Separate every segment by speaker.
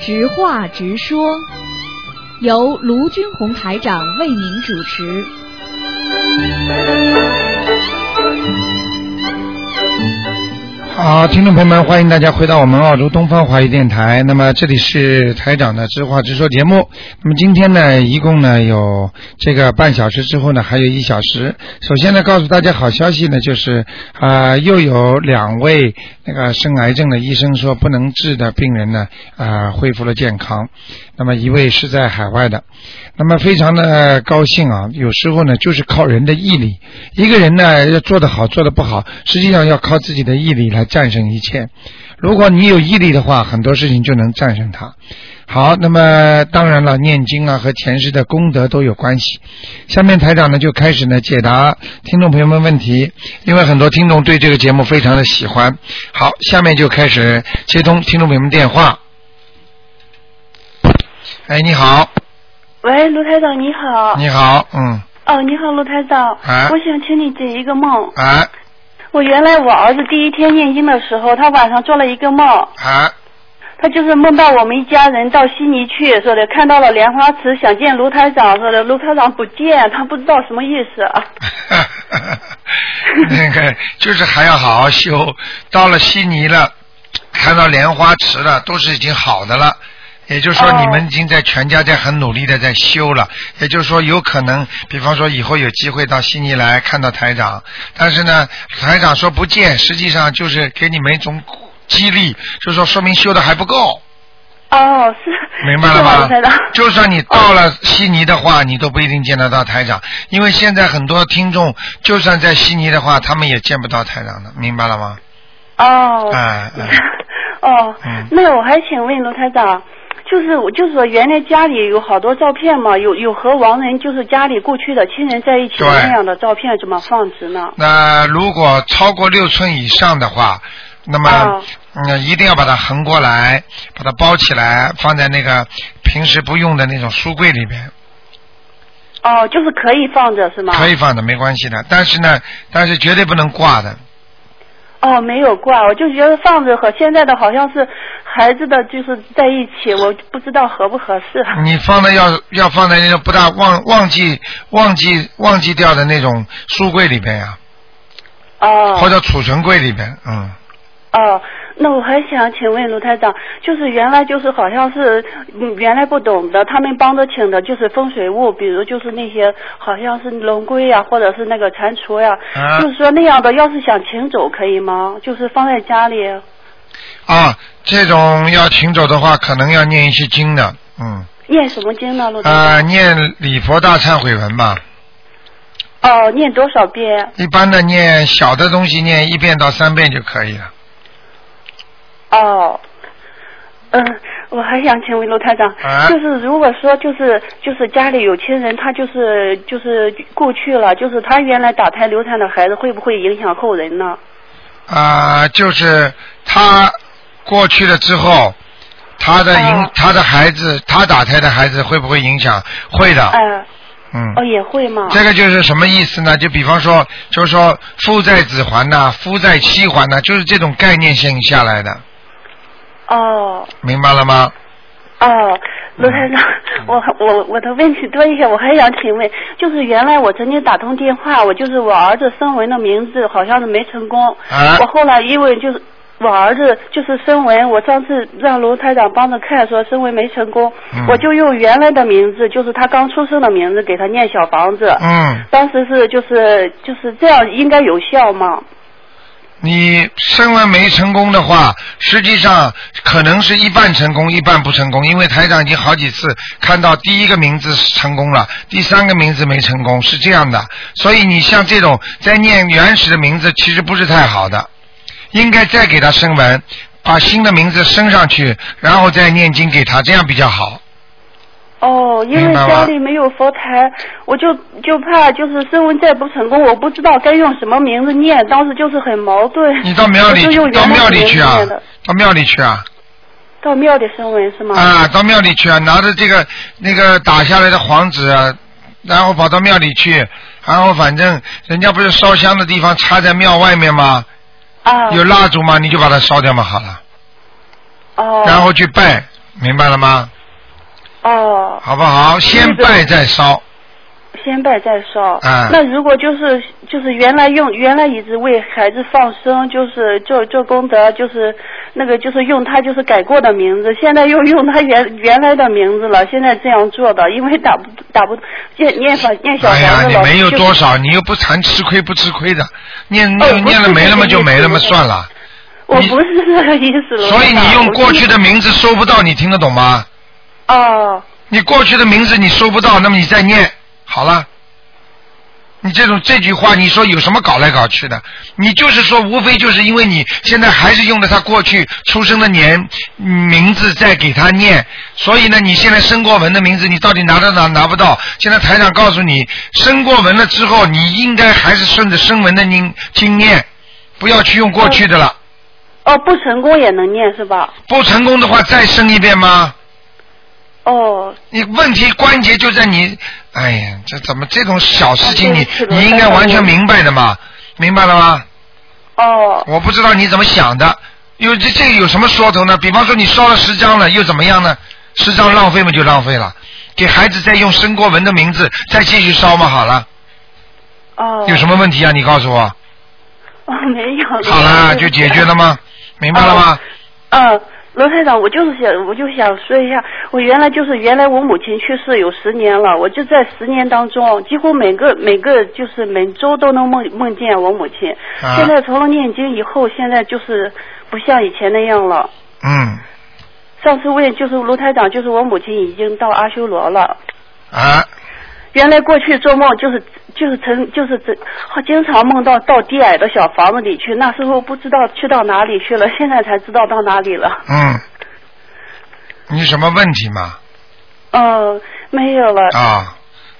Speaker 1: 直话直说，由卢军红台长为您主持。
Speaker 2: 好，听众朋友们，欢迎大家回到我们澳洲东方华语电台。那么这里是台长的直话直说节目。那么今天呢，一共呢有这个半小时之后呢，还有一小时。首先呢，告诉大家好消息呢，就是啊、又有两位那个生癌症的医生说不能治的病人呢啊、恢复了健康。那么一位是在海外的，那么非常的高兴啊。有时候呢，就是靠人的毅力，一个人呢要做得好，做得不好，实际上要靠自己的毅力来战胜一切。如果你有毅力的话，很多事情就能战胜它。好，那么当然了，念经啊和前世的功德都有关系。下面台长呢就开始呢解答听众朋友们问题，因为很多听众对这个节目非常的喜欢。好，下面就开始接通听众朋友们电话。哎，你好，
Speaker 3: 喂，卢台长你好。
Speaker 2: 你好，嗯，
Speaker 3: 哦，你好，卢台长。
Speaker 2: 啊
Speaker 3: 我想请你解一个梦。
Speaker 2: 啊
Speaker 3: 我原来我儿子第一天念经的时候，他晚上做了一个梦，
Speaker 2: 啊
Speaker 3: 他就是梦到我们一家人到悉尼去，说的看到了莲花池，想见卢台长，说的卢台长不见，他不知道什么意思。啊
Speaker 2: 那个就是还要好好修。到了悉尼了，看到莲花池了，都是已经好的了。也就是说，
Speaker 3: 哦
Speaker 2: 你们已经在全家在很努力的在修了。也就是说，有可能，比方说以后有机会到悉尼来看到台长，但是呢，台长说不见，实际上就是给你们一种激励，就是说说明修的还不够。
Speaker 3: 哦，是。
Speaker 2: 明白了
Speaker 3: 是
Speaker 2: 吧
Speaker 3: 卢台长。？
Speaker 2: 就算你到了悉尼的话，你都不一定见得到台长，因为现在很多听众，就算在悉尼的话，他们也见不到台长的，明白了吗？
Speaker 3: 哦。
Speaker 2: 哎哎
Speaker 3: 哦
Speaker 2: 嗯，
Speaker 3: 那我还请问卢台长，就是我就是说原来家里有好多照片嘛，有有和亡人就是家里过去的亲人在一起的
Speaker 2: 对
Speaker 3: 那样的照片怎么放置呢？
Speaker 2: 那如果超过六寸以上的话，那么
Speaker 3: 哦
Speaker 2: 嗯，一定要把它横过来，把它包起来，放在那个平时不用的那种书柜里边，
Speaker 3: 哦，就是可以放着是吗？
Speaker 2: 可以放的，没关系的。但是呢，但是绝对不能挂的。
Speaker 3: 哦，没有挂，我就觉得放着和现在的好像是孩子的就是在一起，我不知道合不合适。
Speaker 2: 你放在要要放在那种不大忘忘记忘记忘记掉的那种书柜里边呀、或
Speaker 3: 哦
Speaker 2: 者储存柜里边，嗯，
Speaker 3: 哦，那我还想请问卢台长，就是原来就是好像是嗯原来不懂的，他们帮着请的就是风水物，比如就是那些好像是龙龟呀、或者是那个蟾蜍呀、
Speaker 2: 啊
Speaker 3: 就是说那样的，要是想请走可以吗？就是放在家里。
Speaker 2: 啊，这种要请走的话，可能要念一些经的，嗯，
Speaker 3: 念什么经呢，卢台
Speaker 2: 啊，
Speaker 3: 长？
Speaker 2: 念礼佛大忏悔文吧，
Speaker 3: 哦，念多少遍？
Speaker 2: 一般的念小的东西念一遍到三遍就可以了。
Speaker 3: 哦，嗯，我还想请问卢台长，
Speaker 2: 啊
Speaker 3: 就是如果说就是就是家里有亲人他就是就是故去了，就是他原来打胎流产的孩子，会不会影响后人呢？
Speaker 2: 啊，就是他过去了之后，他的影、
Speaker 3: 哦
Speaker 2: 他的孩子，他打胎的孩子会不会影响？会的，
Speaker 3: 哎、
Speaker 2: 嗯。
Speaker 3: 哦，也会吗？
Speaker 2: 这个就是什么意思呢？就比方说，就是说父债子还呐、夫债妻还呐、就是这种概念性下来的，
Speaker 3: 哦
Speaker 2: 明白了吗？
Speaker 3: 哦，卢台长，
Speaker 2: 嗯
Speaker 3: 我我我的问题多一些，我还想请问，就是原来我曾经打通电话，我就是我儿子声纹的名字好像是没成功，
Speaker 2: 啊
Speaker 3: 我后来因为就是我儿子就是声纹，我上次让卢台长帮着看，说声纹没成功，
Speaker 2: 嗯
Speaker 3: 我就用原来的名字，就是他刚出生的名字给他念小房子。
Speaker 2: 嗯，
Speaker 3: 当时是就是就是这样，应该有效吗？
Speaker 2: 你升文没成功的话，实际上可能是一半成功，一半不成功，因为台长已经好几次看到第一个名字成功了，第三个名字没成功，是这样的。所以你像这种在念原始的名字，其实不是太好的，应该再给他升文，把新的名字升上去，然后再念经给他，这样比较好。
Speaker 3: 哦，因
Speaker 2: 明
Speaker 3: 为
Speaker 2: 白吗
Speaker 3: 家里没有佛台，我就就怕就是声纹再不成功，我不知道该用什么名字念，当时就是很矛盾。
Speaker 2: 你到庙里
Speaker 3: 我就用
Speaker 2: 去，到
Speaker 3: 原来的
Speaker 2: 庙里
Speaker 3: 名字
Speaker 2: 去啊
Speaker 3: 念的，
Speaker 2: 到庙里去啊，
Speaker 3: 到庙里声纹是吗？
Speaker 2: 啊，到庙里去啊，拿着这个那个打下来的黄纸啊，然后跑到庙里去，然后反正人家不是烧香的地方插在庙外面吗？
Speaker 3: 啊，
Speaker 2: 有蜡烛吗？你就把它烧掉嘛，好了，
Speaker 3: 哦，
Speaker 2: 然后去拜，明白了吗？
Speaker 3: 哦，
Speaker 2: 好不好？先拜再烧，
Speaker 3: 先拜再烧。
Speaker 2: 啊
Speaker 3: 那如果就是就是原来用原来一直为孩子放生，就是做做功德，就是那个就是用他就是改过的名字，现在又用他原原来的名字了，现在这样做的，因为打不打不念念法念小
Speaker 2: 哎呀，
Speaker 3: 房子
Speaker 2: 你
Speaker 3: 了，
Speaker 2: 没有
Speaker 3: 就
Speaker 2: 多少，你又不谈吃亏不吃亏的，念
Speaker 3: 哦
Speaker 2: 念
Speaker 3: 不
Speaker 2: 念了
Speaker 3: 是
Speaker 2: 没了嘛
Speaker 3: 这个
Speaker 2: 就
Speaker 3: 意思
Speaker 2: 没了嘛，
Speaker 3: 我知
Speaker 2: 算了。
Speaker 3: 我
Speaker 2: 你
Speaker 3: 不是这个意思了。
Speaker 2: 所以你用过去
Speaker 3: 的
Speaker 2: 的名字收不到，你听得懂吗？
Speaker 3: 哦
Speaker 2: 你过去的名字你收不到，那么你再念好了。你这种这句话，你说有什么搞来搞去的？你就是说，无非就是因为你现在还是用的他过去出生的年嗯名字在给他念，所以呢，你现在申过文的名字，你到底拿得到拿不到？现在台长告诉你，申过文了之后，你应该还是顺着申文的经经念，不要去用过去的了。
Speaker 3: 哦，不成功也能念是吧？
Speaker 2: 不成功的话，再申一遍吗？
Speaker 3: 哦，
Speaker 2: 你问题关节就在你，哎呀，这怎么这种小事情你
Speaker 3: 啊对不起
Speaker 2: 你应该完全明白的嘛，明白了吗？
Speaker 3: 哦，
Speaker 2: 我不知道你怎么想的，有这这有什么说头呢？比方说你烧了十张了，又怎么样呢？十张浪费嘛就浪费了，给孩子再用申国文的名字再继续烧嘛好了，
Speaker 3: 哦，
Speaker 2: 有什么问题啊？你告诉我，
Speaker 3: 哦，没有。
Speaker 2: 好啦，就解决了吗？明白了吗？
Speaker 3: 嗯，罗台长，我就是想，我就想说一下，我原来就是原来我母亲去世有十年了，我就在十年当中，几乎每个每个就是每周都能梦梦见我母亲。
Speaker 2: 啊
Speaker 3: 现在除了念经以后，现在就是不像以前那样了。
Speaker 2: 嗯，
Speaker 3: 上次问就是卢台长，就是我母亲已经到阿修罗了。
Speaker 2: 啊，
Speaker 3: 原来过去做梦就是就是曾就是这，经常梦到到低矮的小房子里去，那时候不知道去到哪里去了，现在才知道到哪里了。
Speaker 2: 嗯，你什么问题嘛？
Speaker 3: 嗯，没有了。
Speaker 2: 啊。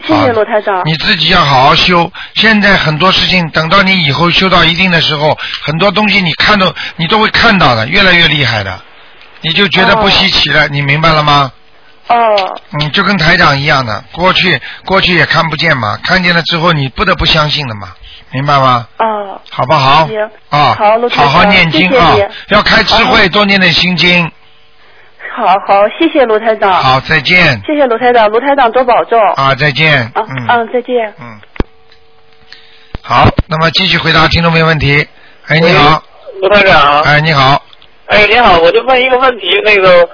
Speaker 3: 谢
Speaker 2: 好
Speaker 3: 谢
Speaker 2: 的
Speaker 3: 罗台长。
Speaker 2: 你自己要好好修。现在很多事情，等到你以后修到一定的时候，很多东西你看到，你都会看到的，越来越厉害的，你就觉得不稀奇了。你明白了吗？
Speaker 3: 哦
Speaker 2: 嗯，就跟台长一样的，过去过去也看不见嘛，看见了之后你不得不相信的嘛，明白吗？
Speaker 3: 哦，
Speaker 2: 好不好
Speaker 3: 行？
Speaker 2: 啊，
Speaker 3: 好陆
Speaker 2: 好
Speaker 3: 台长
Speaker 2: 好念经啊
Speaker 3: 谢谢你，
Speaker 2: 要开智慧，
Speaker 3: 好
Speaker 2: 多念点心经。
Speaker 3: 好好，谢谢罗台长。，
Speaker 2: 好，再见
Speaker 3: 谢谢罗台长，罗台长多保重。
Speaker 2: 啊，再见。
Speaker 3: 啊
Speaker 2: 嗯
Speaker 3: 嗯，再见。
Speaker 2: 嗯，好，那么继续回答听众朋友问题。哎，你好，
Speaker 4: 罗台长，
Speaker 2: 哎，你好，
Speaker 4: 哎，你好，我就问一个问题，那个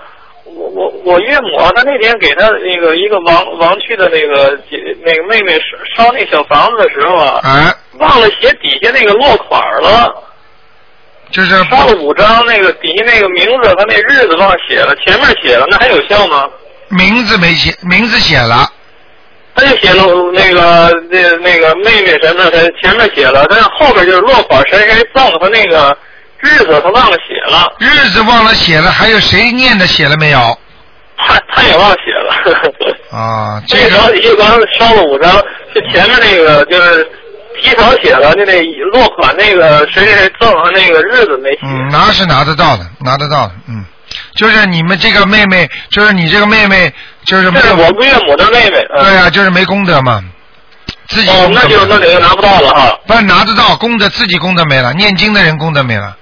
Speaker 4: 我我我岳母啊，她那天给她那个一个亡亡去的那个姐那个妹妹烧烧那小房子的时候啊，
Speaker 2: 哎，
Speaker 4: 忘了写底下那个落款了，
Speaker 2: 就是
Speaker 4: 烧了五张，那个底下那个名字和那日子忘了写了，前面写了，那还有效吗？
Speaker 2: 名字没写，名字写了，
Speaker 4: 他就写了那个那那个妹妹什么的，她前面写了，但是后边就是落款谁谁赠和那个日子，他忘了写了，
Speaker 2: 日子忘了写了，还有谁念的写了没有？
Speaker 4: 他他也忘了写了。
Speaker 2: 啊，
Speaker 4: 这
Speaker 2: 这
Speaker 4: 时候
Speaker 2: 个
Speaker 4: 一个刚烧了五张，就前面那个就是提成写了，就那落款那个谁谁谁赠和那个日子没写。
Speaker 2: 嗯，拿是拿得到的，拿得到的，嗯，就是你们这个妹妹，就是你这个妹妹，就是没
Speaker 4: 这是
Speaker 2: 有，
Speaker 4: 我岳母的妹妹。嗯
Speaker 2: 对啊，就是没功德嘛，自己
Speaker 4: 哦，
Speaker 2: 功德
Speaker 4: 那就
Speaker 2: 没
Speaker 4: 那
Speaker 2: 了
Speaker 4: 就拿不到了哈。
Speaker 2: 不是拿得到功德，自己功德没了，念经的人功德没了。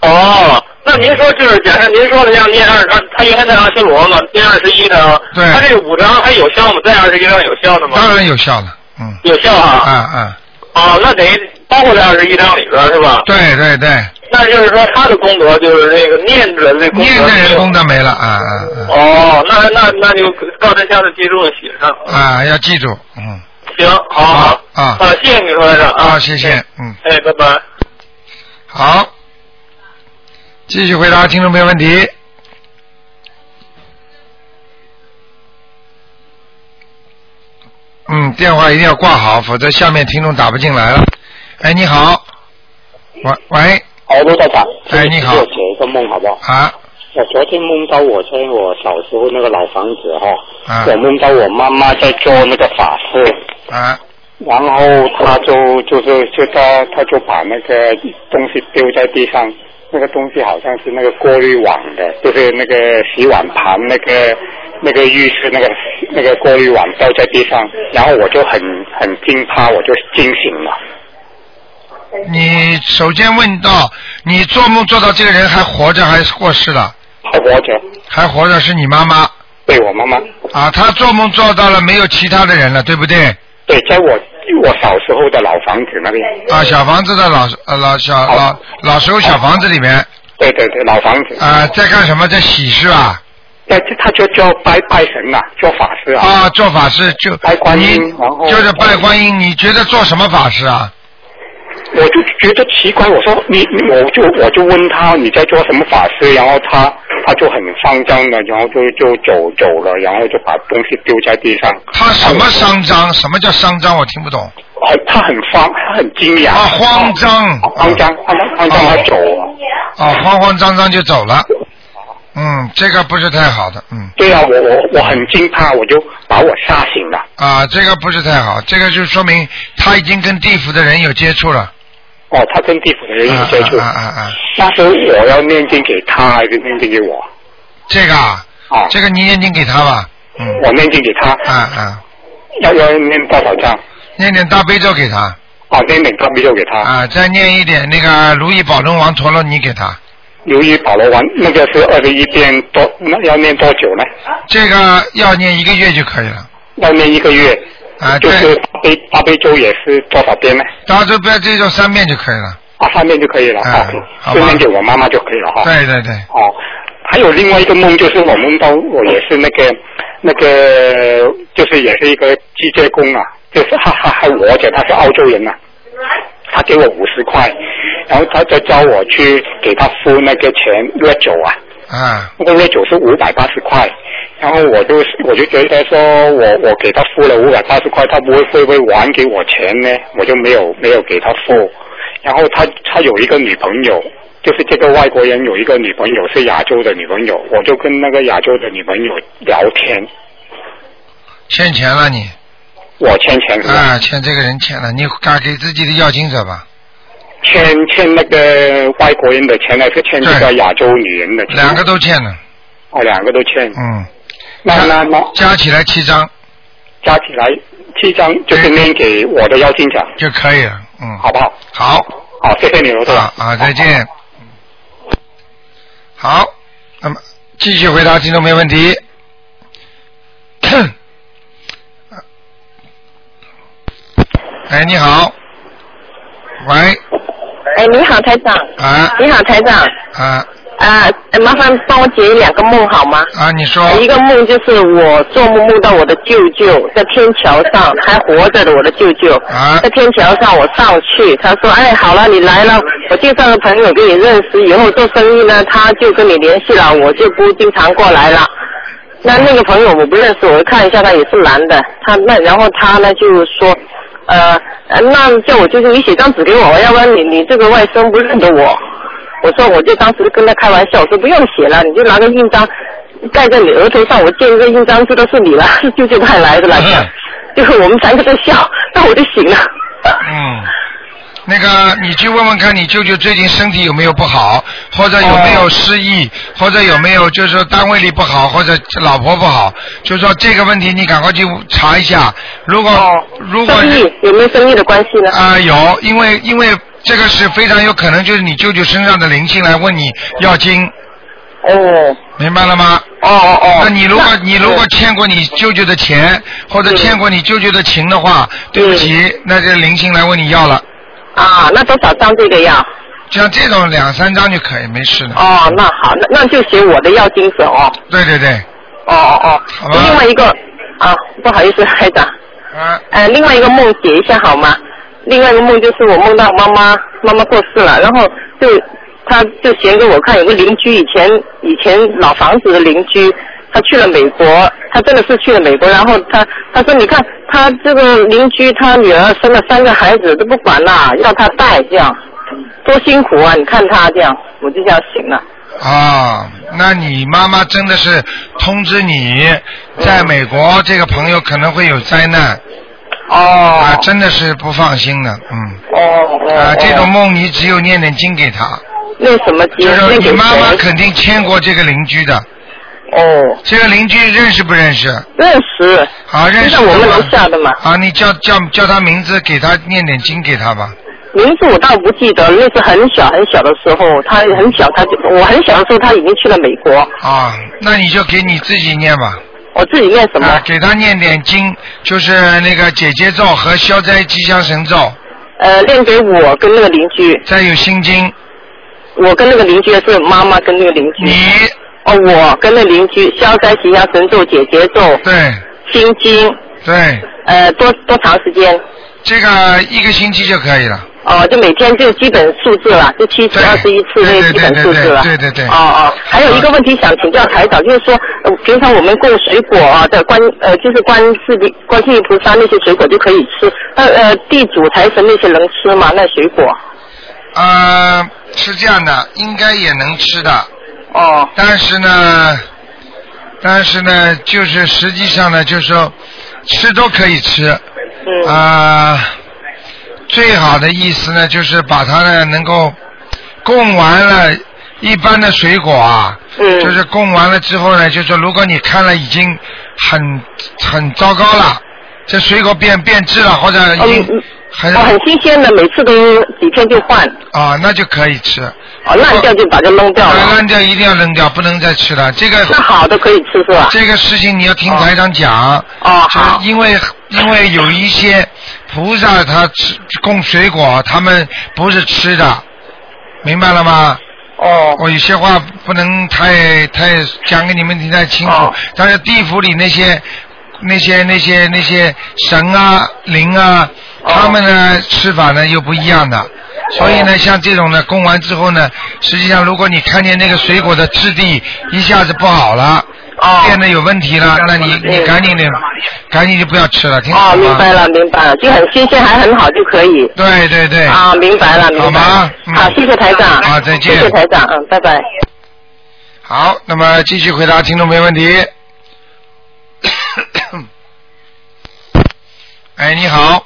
Speaker 4: 哦，那您说就是，假设您说的像念二十，他原来在阿修罗嘛，念二十一张，
Speaker 2: 对
Speaker 4: 他这五张还有效吗？再二十一张有效的吗？
Speaker 2: 当然有效了，嗯，
Speaker 4: 有效
Speaker 2: 啊
Speaker 4: 啊。
Speaker 2: 啊，
Speaker 4: 哦，那得包括在二十一张里边是吧？
Speaker 2: 对对对，
Speaker 4: 那就是说他的功德就是那个念的那功德。
Speaker 2: 念的人功德没了啊啊
Speaker 4: 哦，那那那就照这下次记住了写上。
Speaker 2: 啊，啊，要记住，嗯，
Speaker 4: 行，好好
Speaker 2: 啊
Speaker 4: 啊，谢谢你，罗先生
Speaker 2: 啊，谢谢，嗯，
Speaker 4: 哎，拜拜。
Speaker 2: 好，继续回答听众朋友问题。嗯，电话一定要挂好，否则下面听众打不进来了。哎，你好，喂喂，
Speaker 5: 哎，陆台长，
Speaker 2: 哎你好
Speaker 5: 我解一个梦好不好？
Speaker 2: 啊
Speaker 5: 我昨天梦到我在我小时候那个老房子哈、
Speaker 2: 啊
Speaker 5: 我梦到我妈妈在做那个法事，
Speaker 2: 啊
Speaker 5: 然后她就就是就她她就把那个东西丢在地上，那个东西好像是那个过滤网的，就是那个洗碗盘那个那个浴室那个那个过滤网掉在地上，然后我就很很惊怕，我就惊醒了。
Speaker 2: 你首先问到，你做梦做到这个人还活着还是过世了？
Speaker 5: 还活着，
Speaker 2: 还活着是你妈妈
Speaker 5: 对我妈妈，
Speaker 2: 啊，她做梦做到了没有其他的人了，对不啊对？
Speaker 5: 对，在我我小时候的老房子那边，
Speaker 2: 啊，小房子的老呃老小老老时候小房子里面
Speaker 5: 对对对，老房子
Speaker 2: 啊，在干什么？在啊洗是吧？
Speaker 5: 在他就叫拜拜神呐、做法师啊，
Speaker 2: 啊，做法事就
Speaker 5: 拜观
Speaker 2: 你
Speaker 5: 音然后
Speaker 2: 就是拜观音，你觉得做什么法事啊？
Speaker 5: 我就觉得奇怪，我说你你我就我就问他你在做什么法事，然后他他就很慌张的，然后就就走走了，然后就把东西丢在地上，
Speaker 2: 他什么伤张？什么叫伤张？我听不懂。
Speaker 5: 很他很慌，他很惊讶，啊
Speaker 2: 啊，慌张，
Speaker 5: 慌张慌张慌张他走了。
Speaker 2: 啊，慌慌张张就走了。嗯，这个不是太好的，嗯，
Speaker 5: 对啊，我我我很惊怕，我就把我吓醒了。
Speaker 2: 啊，这个不是太好，这个就说明他已经跟地府的人有接触了。
Speaker 5: 哦，他跟地府的人有接触，
Speaker 2: 啊啊啊啊！
Speaker 5: 那时候我要念经给他，还是念经给我？
Speaker 2: 这个啊，
Speaker 5: 啊，
Speaker 2: 这个你念经给他吧，嗯，
Speaker 5: 我念经给他，
Speaker 2: 啊啊，
Speaker 5: 要要念多少张？
Speaker 2: 念点大悲咒给他，
Speaker 5: 啊，念点大悲咒给他。
Speaker 2: 啊，再念一点那个如意宝轮王陀罗尼给他。
Speaker 5: 由于保罗王那个是二十一遍多，那要念多久呢？
Speaker 2: 这个要念一个月就可以了。
Speaker 5: 要念一个月。
Speaker 2: 啊，
Speaker 5: 就
Speaker 2: 对，
Speaker 5: 是大悲大悲咒也是多少遍呢？
Speaker 2: 大周不要这咒三遍就可以了。
Speaker 5: 啊，三遍就可以了。
Speaker 2: 啊
Speaker 5: 啊，
Speaker 2: 好吧
Speaker 5: 就念给我妈妈就可以了哈。
Speaker 2: 对对对，
Speaker 5: 哦，还有另外一个梦，就是我梦到我也是那个那个，就是也是一个机械工啊，就是他他还活着，他是澳洲人呐、他给我五十块，然后他就叫我去给他付那个钱热酒啊，
Speaker 2: 啊
Speaker 5: 那个热酒是五百八十块，然后我就我就觉得说我我给他付了五百八十块，他不会会不会还给我钱呢？我就没有没有给他付。然后他他有一个女朋友，就是这个外国人有一个女朋友是亚洲的女朋友，我就跟那个亚洲的女朋友聊天，
Speaker 2: 欠钱了你，
Speaker 5: 我欠钱给他
Speaker 2: 啊，欠这个人钱了，你该给自己的要经者吧，
Speaker 5: 欠欠那个外国人的钱，还是欠这个
Speaker 2: 对
Speaker 5: 亚洲女人的钱？
Speaker 2: 两个都欠了，
Speaker 5: 哦，两个都欠。
Speaker 2: 嗯，
Speaker 5: 那那那
Speaker 2: 加起来七张
Speaker 5: 加起来七张，就是
Speaker 2: 嗯
Speaker 5: 念给我的邀请奖，
Speaker 2: 就可以了，嗯，
Speaker 5: 好不好？
Speaker 2: 好，
Speaker 5: 好，哦谢谢你，罗队长
Speaker 2: 啊。啊，再见。好，那么继续回答听众没问题。哎，你好，喂，
Speaker 6: 哎，你好，台长。
Speaker 2: 啊
Speaker 6: 你好，台长。
Speaker 2: 啊
Speaker 6: 啊，呃麻烦帮我解两个梦好吗？
Speaker 2: 啊，你说
Speaker 6: 一个梦就是我做梦梦到我的舅舅在天桥上还活着的我的舅舅，
Speaker 2: 啊
Speaker 6: 在天桥上我上去，他说哎好了你来了，我介绍个朋友跟你认识，以后做生意呢他就跟你联系了，我就不经常过来了。那那个朋友我不认识，我看一下他也是男的，他那然后他呢就说，呃，呃那叫我舅舅你写张纸给我，要不然你你这个外甥不认得我。我说我就当时跟他开玩笑，我说不用写了，你就拿个印章盖在你额头上，我见一个印章知道是你了， 是舅舅派来的了。
Speaker 2: 嗯
Speaker 6: 就是我们三个在笑，那我就醒了。
Speaker 2: 嗯，那个你去问问看你舅舅最近身体有没有不好，或者有没
Speaker 6: 哦
Speaker 2: 有失忆，或者有没有就是说单位里不好，或者老婆不好，就说这个问题你赶快去查一下。如果、如果
Speaker 6: 哦生意有没有生意的关系呢？
Speaker 2: 啊、有，因为因为这个是非常有可能就是你舅舅身上的灵性来问你要经，
Speaker 6: 哦
Speaker 2: 明白了吗？
Speaker 6: 哦哦哦。
Speaker 2: 那你如果你如果欠过你舅舅的钱或者欠过你舅舅的情的话，对不起，那这灵性来问你要了。
Speaker 6: 啊，那多少张这个要？
Speaker 2: 像这种两三张就可以，没事的。
Speaker 6: 哦，那好，那那就写我的要精神哦。
Speaker 2: 对对对，
Speaker 6: 哦哦哦
Speaker 2: 好吧。
Speaker 6: 另外一个啊，不好意思，台长。
Speaker 2: 啊，
Speaker 6: 呃，另外一个梦解一下好吗？另外一个梦就是我梦到妈妈，妈妈过世了，然后就她就写给我看，有个邻居以前以前老房子的邻居，他去了美国，他真的是去了美国，然后他他说你看他这个邻居他女儿生了三个孩子都不管啦，要他带这样，多辛苦啊！你看他这样，我就这样醒了。
Speaker 2: 啊，那你妈妈真的是通知你，在美国这个朋友可能会有灾难
Speaker 6: 哦。
Speaker 2: 啊，真的是不放心的，嗯，
Speaker 6: 哦哦。
Speaker 2: 啊，这种梦你只有念点经给他，
Speaker 6: 那什么
Speaker 2: 就
Speaker 6: 经？
Speaker 2: 是
Speaker 6: 那
Speaker 2: 你
Speaker 6: 给
Speaker 2: 妈妈
Speaker 6: 谁
Speaker 2: 肯定欠过这个邻居的，
Speaker 6: 哦，
Speaker 2: 这个邻居认识不认识？
Speaker 6: 认识。
Speaker 2: 啊，认识
Speaker 6: 就在我们
Speaker 2: 的话
Speaker 6: 楼下的嘛
Speaker 2: 啊，你叫叫叫他名字，给他念点经给他吧，
Speaker 5: 名字我倒不记得，那是很小很小的时候，他很小，他就我很小的时候他已经去了美国，
Speaker 2: 啊，那你就给你自己念吧。
Speaker 5: 我自己念什么？
Speaker 2: 啊，给他念点经，就是那个姐姐咒和消灾吉祥神咒，
Speaker 5: 呃，念给我跟那个邻居，
Speaker 2: 再有心经。
Speaker 5: 我跟那个邻居是妈妈跟那个邻居，
Speaker 2: 你
Speaker 5: 哦，我跟那邻居消灾吉祥神咒、姐姐咒、
Speaker 2: 对
Speaker 5: 心经，
Speaker 2: 对，
Speaker 5: 呃，多多长时间？
Speaker 2: 这个一个星期就可以了。
Speaker 5: 哦，就每天就基本数字了，就七十
Speaker 2: 对
Speaker 5: 二十一次那个基本数字了。
Speaker 2: 对对对对对对
Speaker 5: 哦哦，还有一个问题想请教台长，就是说，呃平常我们供水果啊的观呃，就是观世的观世音菩萨那些水果就可以吃，那呃地主财神那些能吃吗？那水果？
Speaker 2: 呃，是这样的，应该也能吃的，
Speaker 5: 哦
Speaker 2: 但是呢，但是呢，就是实际上呢，就是说吃都可以吃，
Speaker 5: 嗯
Speaker 2: 啊、最好的意思呢，就是把它呢能够供完了，一般的水果啊，
Speaker 5: 嗯
Speaker 2: 就是供完了之后呢，就是说如果你看了已经很很糟糕了，这水果变变质了，或者已经
Speaker 5: 嗯
Speaker 2: 很
Speaker 5: 哦，很新鲜的，每次都几天就换，
Speaker 2: 啊，那就可以吃。
Speaker 5: 哦，烂掉就把它弄掉
Speaker 2: 啊
Speaker 5: 了。
Speaker 2: 烂掉一定要扔掉，不能再吃了。这个
Speaker 5: 那好的可以吃是吧？
Speaker 2: 这个事情你要听台长讲。
Speaker 5: 哦，
Speaker 2: 就是
Speaker 5: 好，
Speaker 2: 因为因为有一些菩萨他吃供水果，他们不是吃的，明白了吗？
Speaker 5: 哦，
Speaker 2: 我有些话不能太太讲给你们听太清楚，
Speaker 5: 哦
Speaker 2: 但是地府里那些那些那些那些神啊灵啊，
Speaker 5: 哦
Speaker 2: 他们呢吃法呢又不一样的，所以
Speaker 5: 哦
Speaker 2: 呢像这种呢供完之后呢，实际上如果你看见那个水果的质地一下子不好了。
Speaker 5: 哦
Speaker 2: 变得有问题了，那你你
Speaker 5: 嗯
Speaker 2: 赶紧的，赶紧就不要吃了，听懂吗？
Speaker 5: 哦，明白了明白了，就很新鲜还很好就可以。
Speaker 2: 对对对。
Speaker 5: 啊，明白了，明白了。
Speaker 2: 好吗嗯
Speaker 5: 好，谢谢台长。
Speaker 2: 好再见
Speaker 5: 谢谢台长，嗯，拜拜。
Speaker 2: 好，那么继续回答听众朋友问题。 哎，你好，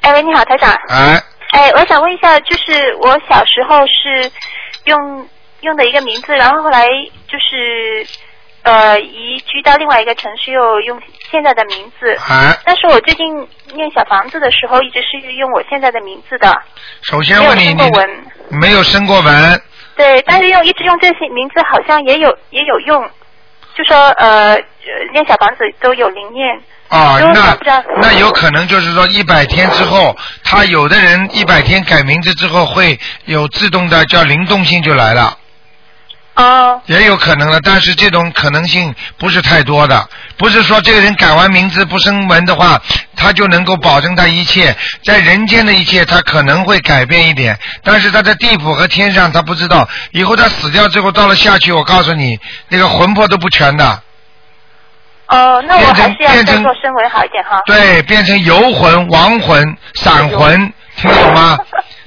Speaker 3: 哎喂，你好，台长。
Speaker 2: 哎，
Speaker 3: 哎，我想问一下，就是我小时候是用用的一个名字，然后后来就是呃移居到另外一个城市，又用现在的名字。
Speaker 2: 哎，
Speaker 3: 但是我最近念小房子的时候，一直是用我现在的名字的，
Speaker 2: 首
Speaker 3: 没
Speaker 2: 先
Speaker 3: 有
Speaker 2: 问你，
Speaker 3: 升过
Speaker 2: 你
Speaker 3: 文。
Speaker 2: 没有生过文，
Speaker 3: 对，但是用一直用这些名字好像也有也有用，就说呃呃念小房子都有灵验。
Speaker 2: 啊，
Speaker 3: 因为
Speaker 2: 那
Speaker 3: 我不知道
Speaker 2: 那有可能就是说一百天之后，他有的人一百天改名字之后会有自动的叫灵动性就来了，
Speaker 3: 哦
Speaker 2: 也有可能了，但是这种可能性不是太多的，不是说这个人改完名字不生文的话，他就能够保证他一切在人间的一切，他可能会改变一点，但是他在地府和天上他不知道，以后他死掉之后到了下去，我告诉你，那个魂魄都不全的。
Speaker 3: 哦，那我还是要
Speaker 2: 变成
Speaker 3: 再做升维好一点哈。
Speaker 2: 对，变成游魂、亡魂、散魂，听得懂吗？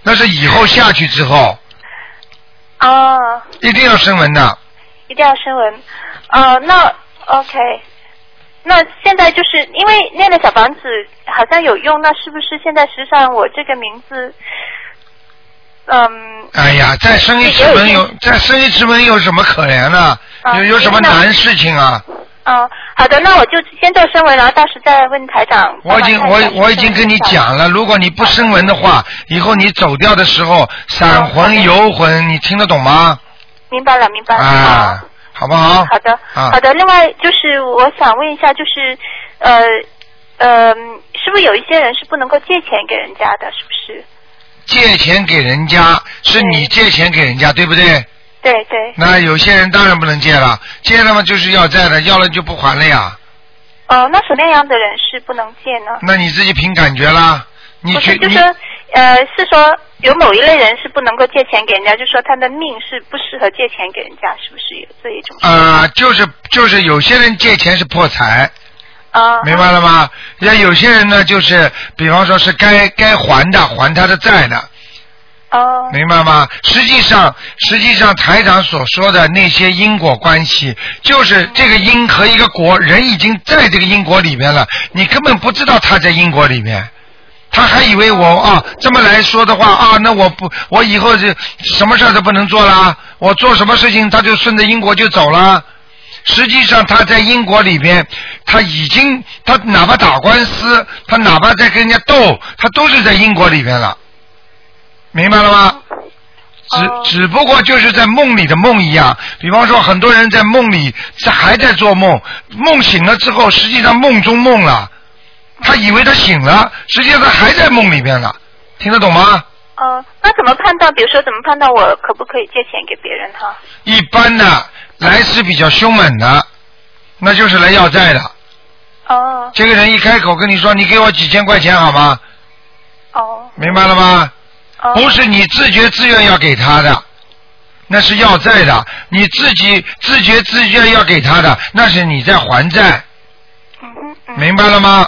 Speaker 2: 那是以后下去之后
Speaker 3: 哦。
Speaker 2: 一定要升文的。
Speaker 3: 一定要声纹。呃，那 OK，那现在就是因为念了小房子好像有用，那是不是现在实际上我这个名字，嗯，
Speaker 2: 哎呀，再升一次文有再升一次文有什么可怜呢、
Speaker 3: 啊
Speaker 2: 有有什么难事情啊？
Speaker 3: 哦、好的，那我就先做声纹，然后到时再问台长。
Speaker 2: 我已经
Speaker 3: 帮
Speaker 2: 我
Speaker 3: 忙看一下
Speaker 2: 我已经跟你讲了，如果你不升文的话，以后你走掉的时
Speaker 3: 嗯
Speaker 2: 候散魂游魂，你听得懂吗？
Speaker 3: 明白了，明白了。
Speaker 2: 啊，好不好？
Speaker 3: 嗯好的，
Speaker 2: 啊
Speaker 3: 好的。另外就是我想问一下，就是呃呃，是不是有一些人是不能够借钱给人家的？是不是？
Speaker 2: 借钱给人家是
Speaker 3: 嗯
Speaker 2: 你借钱给人家，对不对？
Speaker 3: 对对，
Speaker 2: 那有些人当然不能借了，借了嘛就是要债的，要了就不还了呀。
Speaker 3: 哦、那什么样的人是不能借呢？
Speaker 2: 那你自己凭感觉啦。你
Speaker 3: 不
Speaker 2: 觉
Speaker 3: 是，就
Speaker 2: 你
Speaker 3: 说呃，是说有某一类人是不能够借钱给人家，就说他的命是不适合借钱给人家，是不是有这一种？
Speaker 2: 呃，就是就是有些人借钱是破财，
Speaker 3: 啊，
Speaker 2: 明白了吗？那有些人呢，就是比方说是该该还的还他的债的，
Speaker 3: 哦，
Speaker 2: 明白吗？实际上，实际上台长所说的那些因果关系，
Speaker 3: 哦
Speaker 2: 就是这个因和一个果，人已经在这个因果里面了，你根本不知道他在因果里面。他还以为我啊这么来说的话啊，那我不我以后就什么事儿都不能做啦，我做什么事情他就顺着因果就走啦。实际上他在英国里边，他已经他哪怕打官司，他哪怕在跟人家斗，他都是在英国里边了。明白了吗？只
Speaker 7: 哦
Speaker 2: 只不过就是在梦里的梦一样，比方说很多人在梦里在还在做梦，梦醒了之后，实际上梦中梦了，他以为他醒了，实际上他还在梦里面了，听得懂吗？
Speaker 7: 哦，那怎么判断？比如说，怎么判断我可不可以借钱给别人哈？
Speaker 2: 一般的来势比较凶猛的，那就是来要债的。
Speaker 7: 哦
Speaker 2: 这个人一开口跟你说：“你给我几千块钱好吗
Speaker 7: 哦？”
Speaker 2: 明白了吗？
Speaker 7: 哦，
Speaker 2: 不是你自觉自愿要给他的，那是要债的；你自己自觉自愿要给他的，那是你在还债，
Speaker 7: 嗯哼嗯，
Speaker 2: 明白了吗？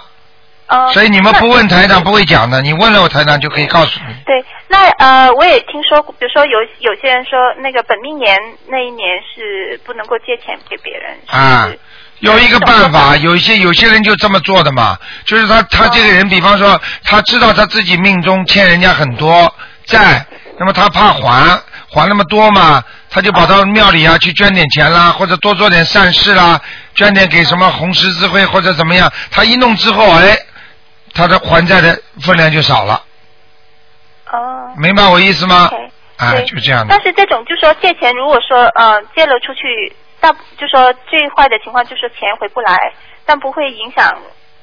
Speaker 7: 哦，
Speaker 2: 所以你们
Speaker 7: 那
Speaker 2: 不问台长不会讲的，你问了我台长就可以告诉你。
Speaker 7: 对，那呃，我也听说过，比如说有有些人说，那个本命年那一年是不能够借钱给别人。是
Speaker 2: 啊
Speaker 7: 不是
Speaker 2: 有一个办法，有一些有些人就这么做的嘛，就是他他
Speaker 7: 啊
Speaker 2: 这个人，比方说他知道他自己命中欠人家很多债，那么他怕还还那么多嘛，他就跑到庙里啊去捐点钱啦，或者多做点善事啦，捐点给什么红十字会或者怎么样，他一弄之后，哎，他的还债的分量就少了，
Speaker 7: 哦。
Speaker 2: 明白我意思吗？
Speaker 7: OK，
Speaker 2: 啊，
Speaker 7: 对
Speaker 2: 就这样的
Speaker 7: 但。是这种就说借钱，如果说呃借了出去，大就说最坏的情况就是钱回不来，但不会影响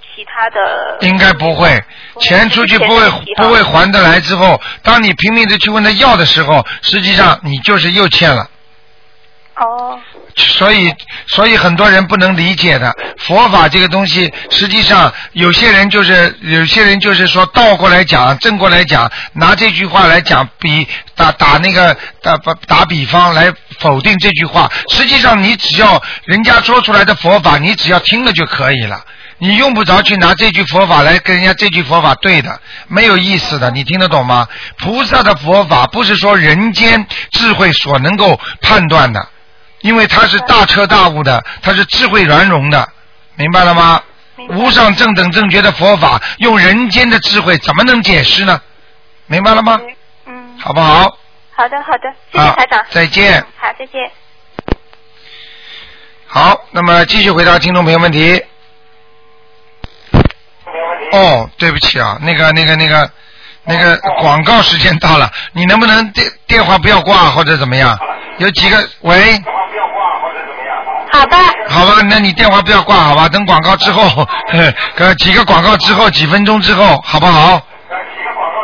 Speaker 7: 其他的。
Speaker 2: 应该不会，
Speaker 7: 不会
Speaker 2: 钱出去不会
Speaker 7: 就是钱
Speaker 2: 不会还得来之后，当你拼命的去问他要的时候，实际上你就是又欠了。
Speaker 7: 哦
Speaker 2: 所以，所以很多人不能理解的佛法这个东西，实际上有些人就是有些人就是说倒过来讲，正过来讲，拿这句话来讲比打打那个打打打比方来否定这句话。实际上，你只要人家说出来的佛法，你只要听了就可以了。你用不着去拿这句佛法来跟人家这句佛法对的，没有意思的，你听得懂吗？菩萨的佛法不是说人间智慧所能够判断的，因为他是大彻大悟的，他是智慧圆融的，明白了吗？
Speaker 7: 明白
Speaker 2: 无上正等正觉的佛法，用人间的智慧怎么能解释呢？明白了吗？
Speaker 7: 嗯，
Speaker 2: 好不好？
Speaker 7: 好的好的，谢谢
Speaker 2: 啊
Speaker 7: 台长。
Speaker 2: 再见
Speaker 7: 嗯好，再见。
Speaker 2: 好，那么继续回答听众朋友问题。哦，对不起啊，那个、那个、那个、那个广告时间到了，你能不能电电话不要挂或者怎么样？有几个喂，
Speaker 7: 好的，
Speaker 2: 好吧，那你电话不要挂，好吧？等广告之后， 呵呵几个广告之后，几分钟之后，好不好？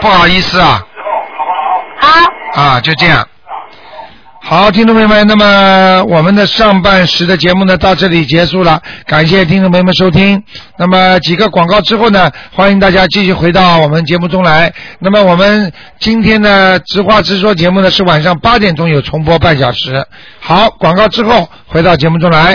Speaker 2: 不好意思啊，
Speaker 7: 好，
Speaker 2: 啊，就这样。好，听众朋友们，那么我们的上半时的节目呢，到这里结束了，感谢听众朋友们收听。那么几个广告之后呢，欢迎大家继续回到我们节目中来。那么我们今天的直话直说节目呢，是晚上八点钟有重播半小时。好，广告之后回到节目中来。